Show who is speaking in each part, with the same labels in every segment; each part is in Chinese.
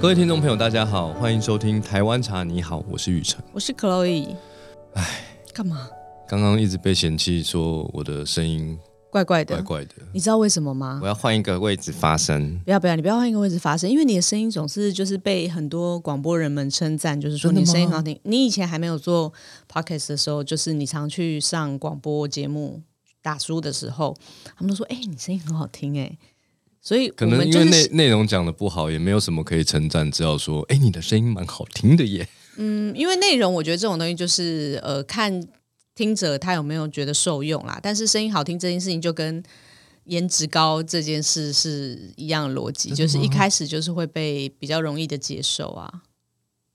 Speaker 1: 各位听众朋友，大家好，欢迎收听《台湾茶》，你好，我是雨辰。
Speaker 2: 我是 Chloe。哎，干嘛？
Speaker 1: 刚刚一直被嫌弃说我的声音
Speaker 2: 怪怪的。
Speaker 1: 怪怪的，
Speaker 2: 你知道为什么吗
Speaker 1: 我？要换一个位置发声。
Speaker 2: 不要不要，你不要换一个位置发声，因为你的声音总是就是被很多广播人们称赞，就是说
Speaker 1: 真的
Speaker 2: 你
Speaker 1: 吗
Speaker 2: 的声音很好听。你以前还没有做 podcast 的时候，就是你常去上广播节目打书的时候，他们都说：“哎、你声音很好听。”哎，所以
Speaker 1: 可
Speaker 2: 我
Speaker 1: 能
Speaker 2: 们
Speaker 1: 因
Speaker 2: 就
Speaker 1: 为
Speaker 2: 是
Speaker 1: 内内容讲的不好，也没有什么可以称赞，只好说，哎，你的声音蛮好听的耶。
Speaker 2: 嗯，因为内容，我觉得这种东西就是呃，看听者他有没有觉得受用啦。但是声音好听这件事情，就跟颜值高这件事是一样的逻辑，就是一开始就是会被比较容易的接受啊，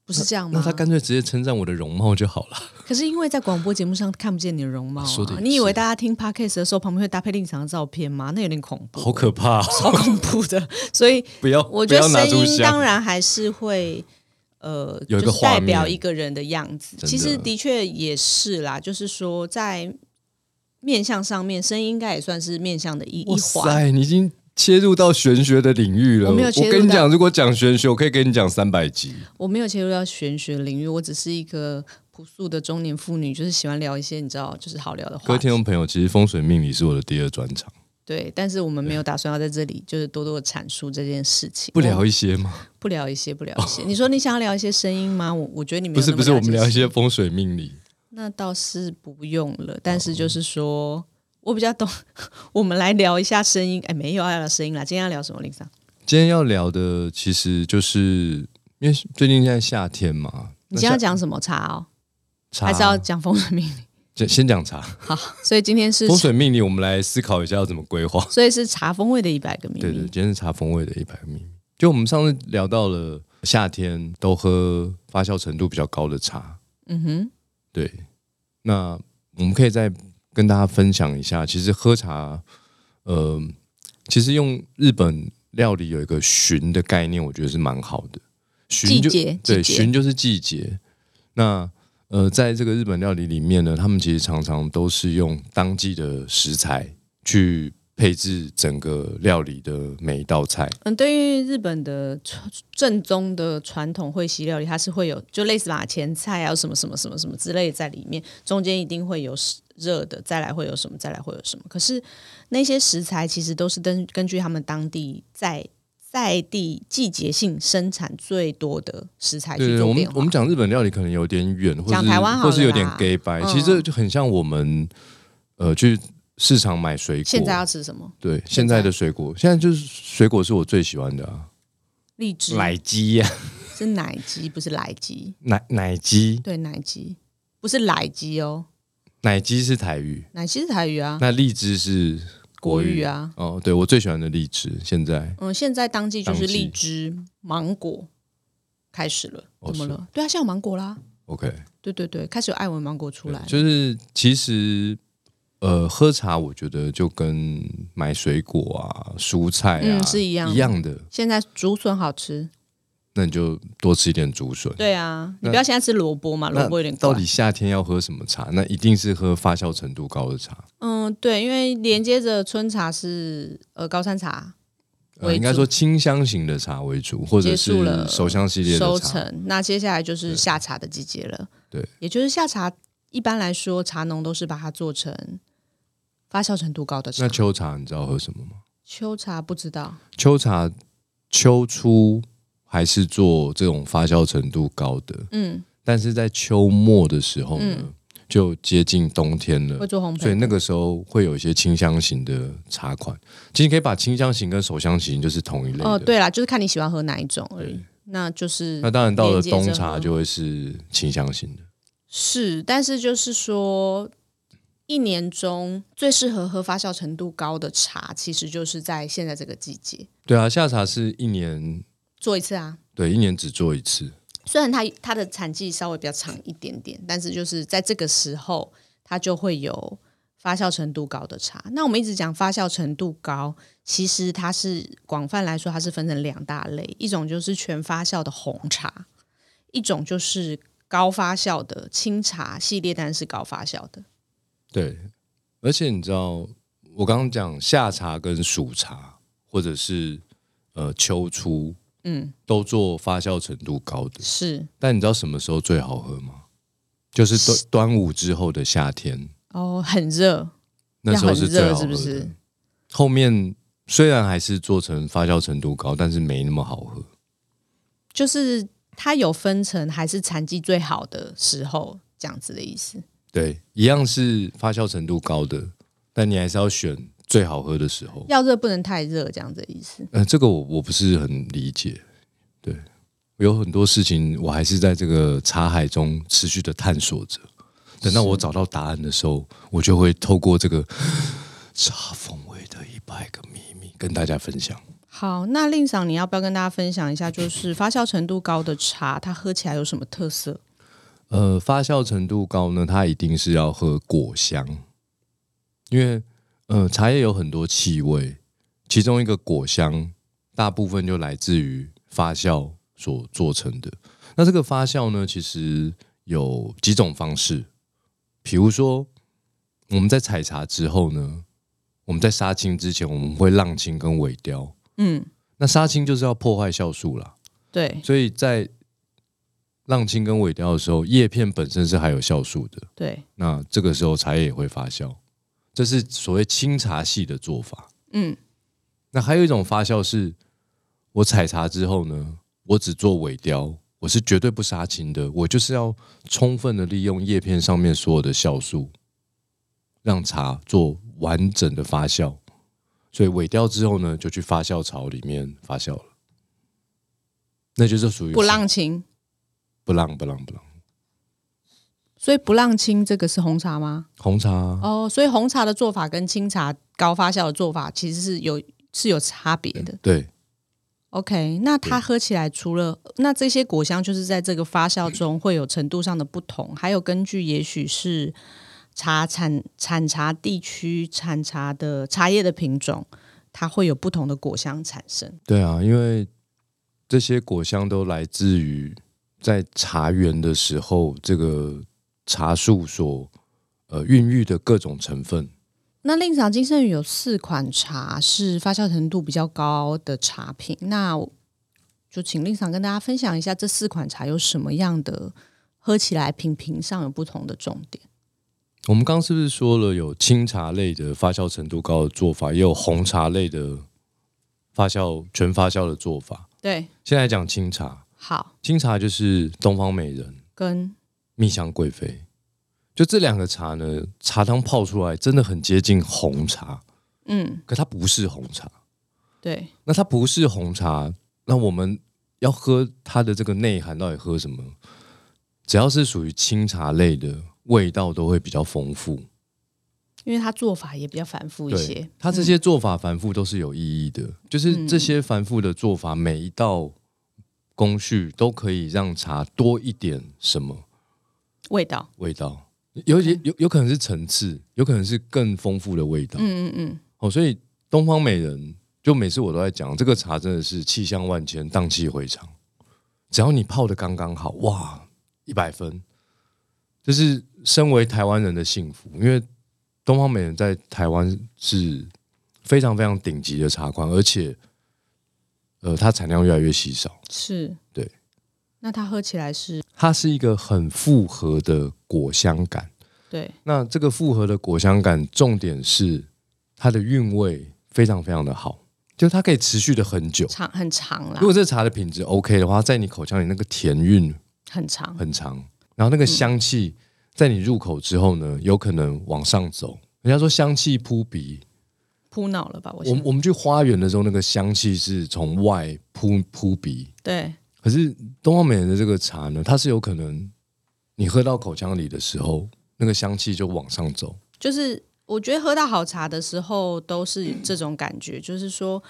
Speaker 2: 不是这样
Speaker 1: 那
Speaker 2: 吗
Speaker 1: 他？干脆直接称赞我的容貌就好了。
Speaker 2: 可是因为在广播节目上看不见你的容貌、
Speaker 1: 啊说得
Speaker 2: 啊，
Speaker 1: 也
Speaker 2: 你以为
Speaker 1: 是
Speaker 2: 大家听 podcast 的时候旁边会搭配另一张照片吗？那有点恐怖，
Speaker 1: 好可怕、哦！
Speaker 2: 超恐怖的。所以
Speaker 1: 不要，
Speaker 2: 嗯我觉得
Speaker 1: 不要拿
Speaker 2: 声
Speaker 1: 出
Speaker 2: 音
Speaker 1: 香
Speaker 2: 当然还是会呃，
Speaker 1: 有一个
Speaker 2: 就是
Speaker 1: 画
Speaker 2: 代
Speaker 1: 面
Speaker 2: 表一个人的样子。
Speaker 1: 真的
Speaker 2: 其实的确也是啦，就是说在面相上面，声音应该也算是面相的一
Speaker 1: 哇
Speaker 2: 一环。
Speaker 1: 塞，你已经切入到玄学的领域了。
Speaker 2: 我没有切入到
Speaker 1: 跟你讲，如果讲玄学，我可以跟你讲三百集。
Speaker 2: 我没有切入到玄学领域，我只是一个朴素的中年妇女，就是喜欢聊一些你知道，就是好聊的
Speaker 1: 各
Speaker 2: 话
Speaker 1: 位听
Speaker 2: 题。
Speaker 1: 众朋友，其实风水命理是我的第二专长，
Speaker 2: 对，但是我们没有打算要在这里就是多多的阐述这件事情。
Speaker 1: 不聊
Speaker 2: 我
Speaker 1: 一些吗？
Speaker 2: 不聊一些，不聊一些。你说你想要聊一些声音吗？我我觉得你没
Speaker 1: 不
Speaker 2: 有
Speaker 1: 是
Speaker 2: 那么
Speaker 1: 不是，我们
Speaker 2: 了解
Speaker 1: 聊一些风水命理。
Speaker 2: 那倒是不用了，但是
Speaker 1: 哦
Speaker 2: 就是说，我比较懂。我们来聊一下声音，哎，没有要聊声音啦，今天要聊什么？林桑，
Speaker 1: 今天要聊的其实就是因为最近现在夏天嘛，
Speaker 2: 你今天要
Speaker 1: 那夏
Speaker 2: 讲什么茶哦？
Speaker 1: 茶
Speaker 2: 还是要讲风水命理？
Speaker 1: 先先讲茶
Speaker 2: 好，所以今天是
Speaker 1: 风，水命理，我们来思考一下要怎么规划。
Speaker 2: 所以是茶风味的一百个秘
Speaker 1: 对对，
Speaker 2: 密。
Speaker 1: 今天是茶风味的一百个秘密。就我们上次聊到了夏天都喝发酵程度比较高的茶，
Speaker 2: 嗯哼，
Speaker 1: 对，那我们可以再跟大家分享一下，其实喝茶，呃，其实用日本料理有一个旬的概念，我觉得是蛮好的。
Speaker 2: 季
Speaker 1: 旬就
Speaker 2: 节，季
Speaker 1: 对，
Speaker 2: 节
Speaker 1: 旬，就是季节。那呃，在这个日本料理里面呢，他们其实常常都是用当季的食材去配置整个料理的每一道菜。
Speaker 2: 嗯，对于日本的传正宗的传统会席料理，它是会有就类似马前菜啊，什么什么什么什么之类的在里面，中间一定会有食热的，再来会有什么，再来会有什么。可是那些食材其实都是根根据他们当地在在地季节性生产最多的食材
Speaker 1: 对
Speaker 2: 去
Speaker 1: 对，我
Speaker 2: 做
Speaker 1: 们
Speaker 2: 变
Speaker 1: 我
Speaker 2: 化
Speaker 1: 们。讲日本料理可能有点远，或
Speaker 2: 讲台湾
Speaker 1: 是
Speaker 2: 好了啊
Speaker 1: 或
Speaker 2: 啦
Speaker 1: 是有点 gay 白、其实这就很像我们呃去市场买水果。
Speaker 2: 现在要吃什么？
Speaker 1: 对现在的水果，现在就是水果是我最喜欢的啊，
Speaker 2: 荔枝
Speaker 1: 鸡呀、
Speaker 2: 是奶鸡，不是奶鸡。
Speaker 1: 奶奶鸡，
Speaker 2: 对，奶鸡不是奶鸡哦，
Speaker 1: 奶鸡是台语，
Speaker 2: 奶鸡是台语啊，
Speaker 1: 那荔枝是
Speaker 2: 国
Speaker 1: 语
Speaker 2: 语啊。
Speaker 1: 哦，对我最喜欢的荔枝，现在
Speaker 2: 嗯，现在当季就是
Speaker 1: 当季
Speaker 2: 荔枝、芒果开始了，
Speaker 1: 哦
Speaker 2: 怎么
Speaker 1: 是
Speaker 2: 了？对啊，现在有芒果啦，
Speaker 1: OK，
Speaker 2: 对对对，开始有爱文芒果出来了，
Speaker 1: 就是其实呃，喝茶我觉得就跟买水果啊、蔬菜啊、
Speaker 2: 嗯是一样的
Speaker 1: 一样的，
Speaker 2: 现在竹笋好吃，
Speaker 1: 那你就多吃一点竹笋。
Speaker 2: 对啊，你
Speaker 1: 那
Speaker 2: 不要现在吃萝卜嘛，萝
Speaker 1: 那
Speaker 2: 卜有点怪
Speaker 1: 到。底夏天要喝什么茶？那一定是喝发酵程度高的茶，
Speaker 2: 嗯，对，因为连接着春茶是呃高山茶
Speaker 1: 呃、
Speaker 2: 为主
Speaker 1: 应该说清香型的茶为主，或者
Speaker 2: 结束
Speaker 1: 是
Speaker 2: 了
Speaker 1: 手香系列
Speaker 2: 收
Speaker 1: 的茶。
Speaker 2: 成，那接下来就是夏茶的季节了。
Speaker 1: 对，
Speaker 2: 也就是夏茶，一般来说茶农都是把它做成发酵程度高的
Speaker 1: 那
Speaker 2: 茶。
Speaker 1: 秋茶你知道喝什么吗？
Speaker 2: 秋茶不知道，
Speaker 1: 秋茶秋初还是做这种发酵程度高的，
Speaker 2: 嗯，
Speaker 1: 但是在秋末的时候呢，就接近冬天了
Speaker 2: 会，做烘
Speaker 1: 所以
Speaker 2: 焙。
Speaker 1: 那个时候会有一些清香型的茶款。其实可以把清香型跟手香型就是同一类的。
Speaker 2: 哦，对啦，就是看你喜欢喝哪一种而已
Speaker 1: 对。
Speaker 2: 那就是
Speaker 1: 那当然到了
Speaker 2: 连接着嗯
Speaker 1: 冬茶
Speaker 2: 喝
Speaker 1: 就会是清香型的。
Speaker 2: 是，但是就是说，一年中最适合喝发酵程度高的茶，其实就是在现在这个季节
Speaker 1: 对啊，夏茶是一年
Speaker 2: 做一次啊。
Speaker 1: 对一年只做一次，
Speaker 2: 虽然它它的产季稍微比较长一点点，但是就是在这个时候，它就会有发酵程度高的茶。那我们一直讲发酵程度高，其实它是广泛来说，它是分成两大类，一种就是全发酵的红茶，一种就是高发酵的清茶系列，但是高发酵的。
Speaker 1: 对。而且你知道，我刚刚讲夏茶跟暑茶，或者是呃秋初
Speaker 2: 嗯，
Speaker 1: 都做发酵程度高的。
Speaker 2: 是
Speaker 1: 但你知道什么时候最好喝吗？就是端端午之后的夏天，
Speaker 2: 哦，很热，
Speaker 1: 那时候是最好喝
Speaker 2: 要很热
Speaker 1: 的。
Speaker 2: 是不是
Speaker 1: 后面虽然还是做成发酵程度高，但是没那么好喝。
Speaker 2: 就是它有分成，还是产季最好的时候这样子的意思。
Speaker 1: 对，一样是发酵程度高的，但你还是要选最好喝的时候。
Speaker 2: 要热不能太热，这样子的意思。
Speaker 1: 呃，这个我我不是很理解。对，有很多事情我还是在这个茶海中持续的探索着。等到我找到答案的时候，我就会透过这个 茶风味的一百个秘密跟大家分享。
Speaker 2: 好，那令赏你要不要跟大家分享一下，就是发酵程度高的茶，它喝起来有什么特色？
Speaker 1: 呃，发酵程度高呢，它一定是要喝果香，因为呃，茶叶有很多气味，其中一个果香，大部分就来自于发酵所做成的。那这个发酵呢，其实有几种方式，比如说我们在采茶之后呢，我们在杀青之前，我们会浪青跟尾雕。
Speaker 2: 嗯，
Speaker 1: 那杀青就是要破坏酵素啦，
Speaker 2: 对
Speaker 1: 所以在浪青跟尾雕的时候，叶片本身是含有酵素的，
Speaker 2: 对，
Speaker 1: 那这个时候茶叶也会发酵，这是所谓清茶系的做法。
Speaker 2: 嗯，
Speaker 1: 那还有一种发酵是，我采茶之后呢，我只做尾雕，我是绝对不杀青的，我就是要充分的利用叶片上面所有的酵素，让茶做完整的发酵。所以尾雕之后呢，就去发酵槽里面发酵了，那就是属于
Speaker 2: 不浪青，
Speaker 1: 不浪不浪不浪
Speaker 2: 所以不浪青这个是红茶吗？
Speaker 1: 红茶啊、
Speaker 2: 哦，所以红茶的做法跟清茶高发酵的做法其实是有是有差别的。
Speaker 1: 对，
Speaker 2: OK，那它喝起来除了那这些果香，就是在这个发酵中会有程度上的不同，还有根据也许是茶产产茶地区产茶的茶叶的品种，它会有不同的果香产生。
Speaker 1: 对啊，因为这些果香都来自于在茶园的时候，这个茶树所呃孕育的各种成分。
Speaker 2: 那令赏金圣宇有四款茶是发酵程度比较高的茶品，那我就请令赏跟大家分享一下这四款茶有什么样的喝起来品评上有不同的重点。
Speaker 1: 我们刚刚是不是说了有清茶类的发酵程度高的做法，也有红茶类的发酵全发酵的做法？
Speaker 2: 对，
Speaker 1: 先来讲清茶，
Speaker 2: 好，
Speaker 1: 清茶就是东方美人、
Speaker 2: 跟
Speaker 1: 蜜香贵妃，就这两个茶呢，茶汤泡出来真的很接近红茶，
Speaker 2: 嗯，
Speaker 1: 可它不是红茶。
Speaker 2: 对，
Speaker 1: 那它不是红茶，那我们要喝它的这个内涵到底喝什么？只要是属于清茶类的，味道都会比较丰富。
Speaker 2: 因为它做法也比较繁复一些
Speaker 1: 对，。它这些做法繁复都是有意义的，就是这些繁复的做法，每一道工序都可以让茶多一点什么
Speaker 2: 味道，
Speaker 1: 味道，有有有有可能是层次，有可能是更丰富的味道。
Speaker 2: 嗯嗯嗯，
Speaker 1: 哦，所以东方美人，就每次我都在讲，这个茶真的是气象万千，荡气回肠。只要你泡的刚刚好，哇，一百分，这是身为台湾人的幸福，因为东方美人在台湾是非常非常顶级的茶款，而且，呃，它产量越来越稀少。
Speaker 2: 是，
Speaker 1: 对。
Speaker 2: 那它喝起来是，
Speaker 1: 它是一个很复合的果香感。
Speaker 2: 对，
Speaker 1: 那这个复合的果香感，重点是它的韵味非常非常的好，就它可以持续的很久。
Speaker 2: 长很长啦
Speaker 1: 如，果这茶的品质 OK 的话，在你口腔里那个甜韵
Speaker 2: 很长，
Speaker 1: 很长，然后那个香气
Speaker 2: 嗯
Speaker 1: 在你入口之后呢，有可能往上走。人家说香气扑鼻，
Speaker 2: 扑脑了吧？我
Speaker 1: 我
Speaker 2: 想
Speaker 1: 们，我们去花园的时候，那个香气是从外扑扑鼻。
Speaker 2: 对，
Speaker 1: 可是东方美人的这个茶呢，它是有可能你喝到口腔里的时候，那个香气就往上走。
Speaker 2: 就是我觉得喝到好茶的时候都是这种感觉，就是说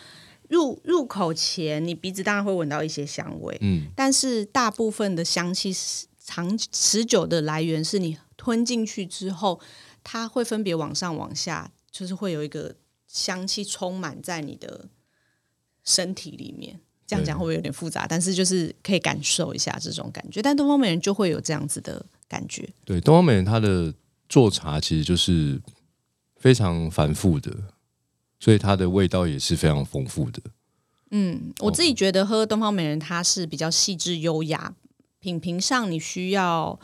Speaker 2: 入入口前，你鼻子当然会闻到一些香味，
Speaker 1: 嗯，
Speaker 2: 但是大部分的香气是长持久的来源是你吞进去之后，它会分别往上往下，就是会有一个香气充满在你的身体里面。这样讲会不会有点复杂？但是就是可以感受一下这种感觉。但东方美人就会有这样子的感觉，
Speaker 1: 对，东方美人它的做茶其实就是非常繁复的，所以它的味道也是非常丰富的。
Speaker 2: 嗯，我自己觉得喝东方美人它是比较细致优雅，品评上你需要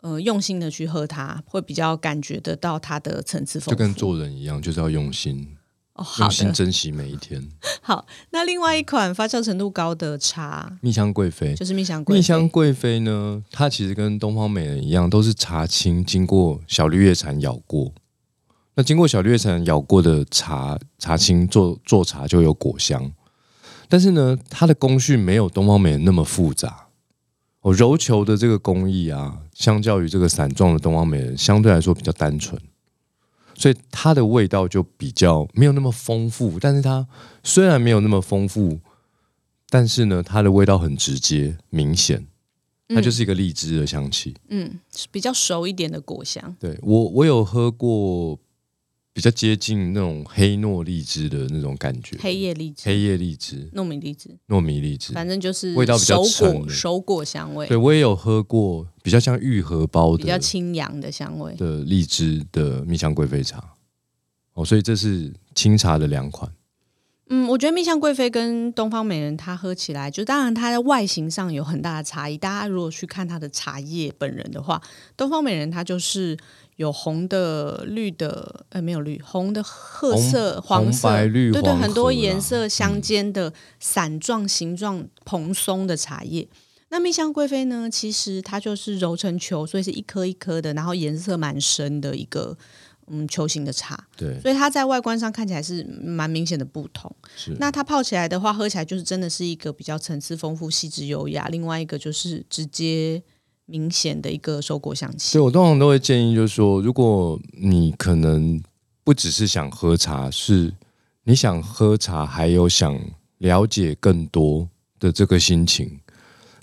Speaker 2: 呃用心的去喝它，会比较感觉得到它的层次丰
Speaker 1: 就
Speaker 2: 富。
Speaker 1: 跟做人一样，就是要用心，
Speaker 2: 哦，好
Speaker 1: 用心
Speaker 2: 的，
Speaker 1: 珍惜每一天。
Speaker 2: 好。那另外一款发酵程度高的茶
Speaker 1: 蜜香贵妃，
Speaker 2: 就是蜜香桂，
Speaker 1: 蜜香贵妃呢，它其实跟东方美人一样，都是茶青经过小绿叶蝉咬过。那经过小绿叶蝉咬过的茶茶青做做茶就有果香，但是呢，它的工序没有东方美人那么复杂。哦，揉球的这个工艺啊，相较于这个散状的东方美人，相对来说比较单纯，所以它的味道就比较没有那么丰富。但是它虽然没有那么丰富，但是呢，它的味道很直接明显，它就是一个荔枝的香气。
Speaker 2: 嗯，是比较熟一点的果香。
Speaker 1: 对我，我有喝过比较接近那种黑糯荔枝的那种感觉，
Speaker 2: 黑夜荔枝、
Speaker 1: 黑叶荔枝、
Speaker 2: 糯米荔枝，
Speaker 1: 糯米荔枝。
Speaker 2: 反正就是
Speaker 1: 味道比较
Speaker 2: 熟
Speaker 1: 沉
Speaker 2: 果
Speaker 1: 的
Speaker 2: 熟果香味
Speaker 1: 对，我也有喝过比较像玉荷包
Speaker 2: 比较
Speaker 1: 的
Speaker 2: 清扬的香味。
Speaker 1: 的荔枝的蜜香贵妃茶。哦，所以这是清茶的两款。
Speaker 2: 嗯，我觉得蜜香贵妃跟东方美人，它喝起来就当然它在外形上有很大的差异。大家如果去看它的茶叶本人的话，东方美人它就是有红的、绿的，呃，没有绿，红的、褐色、
Speaker 1: 红
Speaker 2: 黄色，
Speaker 1: 白绿
Speaker 2: 对对，
Speaker 1: 黄
Speaker 2: 很多
Speaker 1: 褐
Speaker 2: 颜
Speaker 1: 啦
Speaker 2: 色相间的伞状、形状蓬松的茶叶。那蜜香贵妃呢？其实它就是揉成球，所以是一颗一颗的，然后颜色蛮深的一个嗯球形的茶。
Speaker 1: 对，
Speaker 2: 所以它在外观上看起来是蛮明显的不同。
Speaker 1: 是
Speaker 2: 那它泡起来的话，喝起来就是真的是一个比较层次丰富、细致优雅。另外一个就是直接明显的一个收果香气
Speaker 1: 所以。我通常都会建议，就是说，如果你可能不只是想喝茶，是你想喝茶，还有想了解更多的这个心情，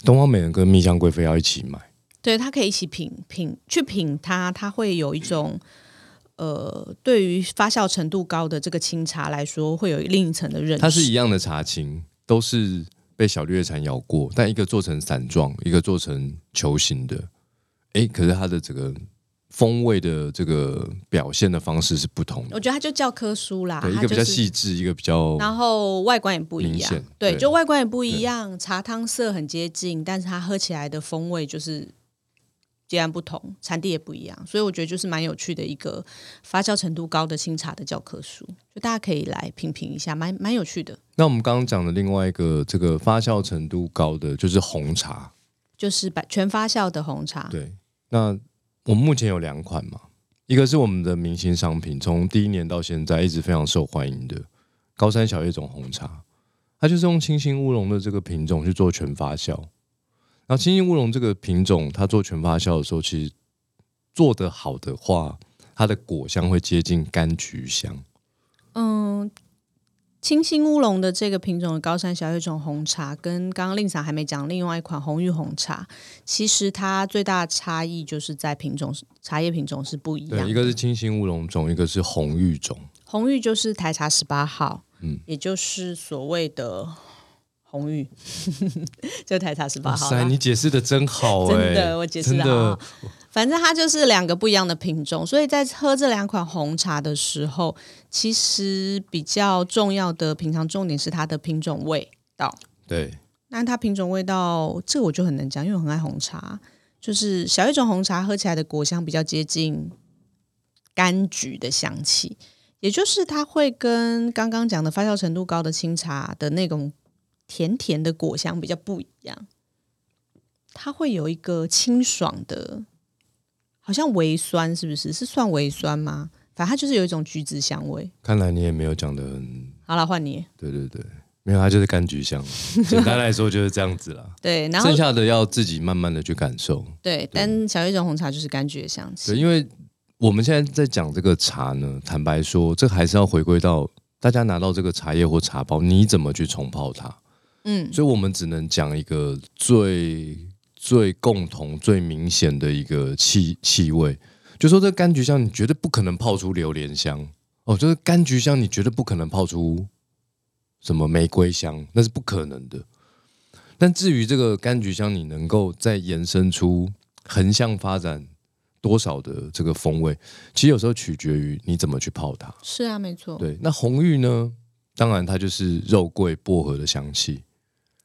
Speaker 1: 东方美人跟蜜香贵妃要一起买。
Speaker 2: 对，它可以一起品品去品它，它会有一种呃，对于发酵程度高的这个清茶来说，会有另一层的认识。
Speaker 1: 它是一样的茶青，都是被小绿叶蝉咬过，但一个做成伞状，一个做成球形的。诶，可是它的整个风味的这个表现的方式是不同
Speaker 2: 我
Speaker 1: 的，
Speaker 2: 觉得它就教科书啦，
Speaker 1: 对，一
Speaker 2: 它
Speaker 1: 个
Speaker 2: 就
Speaker 1: 比较
Speaker 2: 是
Speaker 1: 细致，一个比较
Speaker 2: 然后外观也不一
Speaker 1: 明
Speaker 2: 样
Speaker 1: 显，
Speaker 2: 对，
Speaker 1: 对
Speaker 2: 就外观也不一样，茶汤色很接近，但是它喝起来的风味就是截然不同，产地也不一样，所以我觉得就是蛮有趣的一个发酵程度高的清茶的教科书，就大家可以来品评一下，蛮蛮有趣的，
Speaker 1: 那我们刚刚讲的另外一个这个发酵程度高的就是红茶，
Speaker 2: 就是百全发酵的红茶，
Speaker 1: 对。那我们目前有两款嘛，一个是我们的明星商品，从第一年到现在一直非常受欢迎的高山小叶种红茶，它就是用清新乌龙的这个品种去做全发酵。然后清新乌龙这个品种，它做全发酵的时候，其实做得好的话，它的果香会接近柑橘香。
Speaker 2: 嗯。清新乌龙的这个品种的高山小叶种红茶，跟刚刚令赏还没讲另外一款红玉红茶，其实它最大的差异就是在品种茶叶品种是不一样的。
Speaker 1: 对，一个是清新乌龙种，一个是红玉种。
Speaker 2: 红玉就是台茶十八号，
Speaker 1: 嗯
Speaker 2: 也就是所谓的红玉， 就台茶十八
Speaker 1: 哇
Speaker 2: 号
Speaker 1: 塞，
Speaker 2: 啦。
Speaker 1: 你解释的真好哎、
Speaker 2: 真的，我解释
Speaker 1: 真
Speaker 2: 的
Speaker 1: 的
Speaker 2: 好。反正它就是两个不一样的品种，所以在喝这两款红茶的时候，其实比较重要的品尝重点是它的品种味道。
Speaker 1: 对，
Speaker 2: 那它品种味道，这个我就很能讲，因为我很爱红茶。就是小叶种红茶喝起来的果香比较接近柑橘的香气，也就是它会跟刚刚讲的发酵程度高的清茶的那种甜甜的果香比较不一样，它会有一个清爽的，好像微酸，是不是？是算微酸吗？反正它就是有一种橘子香味。
Speaker 1: 看来你也没有讲的很，
Speaker 2: 好了，换你。
Speaker 1: 对对对，没有，它就是柑橘 香。简单来说就是这样子啦，
Speaker 2: 对，然后
Speaker 1: 剩下的要自己慢慢的去感受。
Speaker 2: 对，但小叶种红茶就是柑橘的香气
Speaker 1: 对，。因为我们现在在讲这个茶呢，坦白说，这还是要回归到大家拿到这个茶叶或茶包，你怎么去冲泡它？
Speaker 2: 嗯，
Speaker 1: 所以我们只能讲一个最最共同、最明显的一个气气味，就说这柑橘香，你绝对不可能泡出榴莲香哦，就是柑橘香，你绝对不可能泡出什么玫瑰香，那是不可能的。但至于这个柑橘香，你能够再延伸出横向发展多少的这个风味，其实有时候取决于你怎么去泡它。
Speaker 2: 是啊，没错。
Speaker 1: 对，那红玉呢？当然它就是肉桂、薄荷的香气。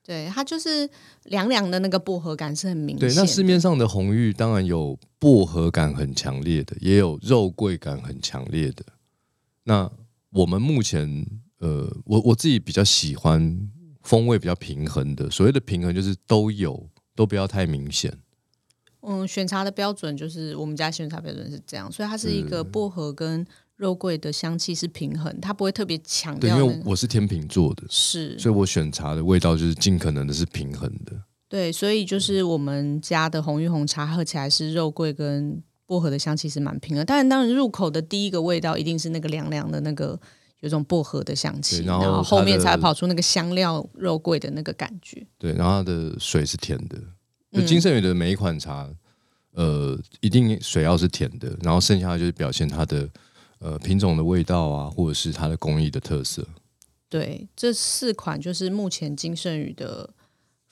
Speaker 2: 对，它就是凉凉的那个薄荷感是很明显
Speaker 1: 对
Speaker 2: 的。，
Speaker 1: 那市面上的红玉当然有薄荷感很强烈的，也有肉桂感很强烈的。那我们目前，呃，我我自己比较喜欢风味比较平衡的。所谓的平衡就是都有，都不要太明显。
Speaker 2: 嗯，选茶的标准就是我们家选茶标准是这样，所以它是一个薄荷跟肉桂的香气是平衡，它不啊会特别强
Speaker 1: 对，因
Speaker 2: 调那
Speaker 1: 为
Speaker 2: 个。
Speaker 1: 我是天秤座的，
Speaker 2: 是，
Speaker 1: 所以我选茶的味道就是尽可能的是平衡的。
Speaker 2: 对，所以
Speaker 1: 嗯
Speaker 2: 就是我们家的红玉红茶喝起来是肉桂跟薄荷的香气是蛮平衡，当然，当然入口的第一个味道一定是那个凉凉的那个有种薄荷的香气，
Speaker 1: 对
Speaker 2: 然
Speaker 1: 然后
Speaker 2: 后
Speaker 1: 它
Speaker 2: 面
Speaker 1: 的
Speaker 2: 才会跑出那个香料肉桂的那个感觉。
Speaker 1: 对，然后它的水是甜的。就
Speaker 2: 嗯
Speaker 1: 金圣宇的每一款茶，呃，一定水要是甜的，然后剩下的就是表现它的呃品种的味道啊，或者是它的工艺的特色。
Speaker 2: 对，这四款就是目前金圣宇的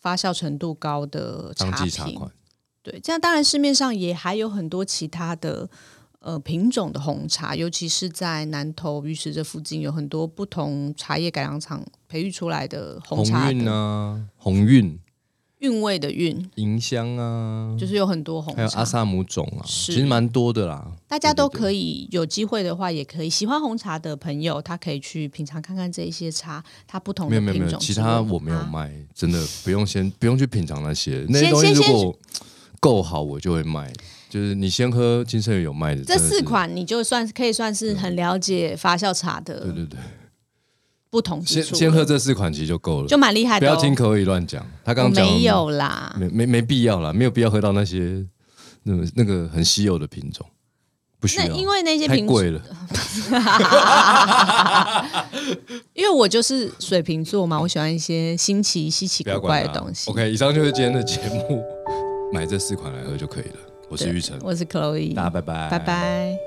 Speaker 2: 发酵程度高的
Speaker 1: 当季
Speaker 2: 品。
Speaker 1: 茶款，
Speaker 2: 对，这样当然市面上也还有很多其他的呃品种的红茶，尤其是在南投鱼池这附近，有很多不同茶叶改良厂培育出来的红
Speaker 1: 鸿
Speaker 2: 茶
Speaker 1: 运
Speaker 2: 的
Speaker 1: 啊，鸿运、
Speaker 2: 韵味的韵，
Speaker 1: 银香啊，
Speaker 2: 就是有很多红
Speaker 1: 还有阿
Speaker 2: 茶，
Speaker 1: 萨姆种啊，
Speaker 2: 是
Speaker 1: 其实蛮多的啦。
Speaker 2: 大家都
Speaker 1: 对对对
Speaker 2: 可以有机会的话，也可以喜欢红茶的朋友，他可以去品尝看看这一些茶，它不同
Speaker 1: 没
Speaker 2: 的
Speaker 1: 有没有没
Speaker 2: 品
Speaker 1: 有，
Speaker 2: 种
Speaker 1: 其
Speaker 2: 之类的
Speaker 1: 他
Speaker 2: 啊。
Speaker 1: 我没有卖，真的不用先不用去品尝那些那些
Speaker 2: 先
Speaker 1: 东西，
Speaker 2: 先
Speaker 1: 如
Speaker 2: 先
Speaker 1: 果够好我就会卖。就是你先喝金圣宇有卖的
Speaker 2: 这
Speaker 1: 真的
Speaker 2: 四
Speaker 1: 是嗯
Speaker 2: 款你就算可以算是很了解发酵茶
Speaker 1: 对
Speaker 2: 的
Speaker 1: 对对，
Speaker 2: 不同之
Speaker 1: 先
Speaker 2: 处
Speaker 1: 先
Speaker 2: 了
Speaker 1: 喝这四款其实就够了
Speaker 2: 就。蛮厉害
Speaker 1: 不
Speaker 2: 的、
Speaker 1: 要
Speaker 2: 哦。
Speaker 1: 听可以乱讲，他刚
Speaker 2: 我
Speaker 1: 刚讲
Speaker 2: 没有啦，
Speaker 1: 没没没必要啦，没有必要喝到那些那个那个很稀有的品种，不需
Speaker 2: 那
Speaker 1: 要，
Speaker 2: 因为那些
Speaker 1: 太
Speaker 2: 品种，
Speaker 1: 贵了。
Speaker 2: 因为我就是水瓶座嘛，我喜欢一些新奇、稀奇
Speaker 1: 不
Speaker 2: 古
Speaker 1: 要
Speaker 2: 怪
Speaker 1: 管
Speaker 2: 的
Speaker 1: 它
Speaker 2: 东西。
Speaker 1: OK，以上就是今天的节目，买这四款来喝就可以了。我是
Speaker 2: 对
Speaker 1: 玉成，
Speaker 2: 我是 Chloe，
Speaker 1: 大家拜拜，
Speaker 2: 拜拜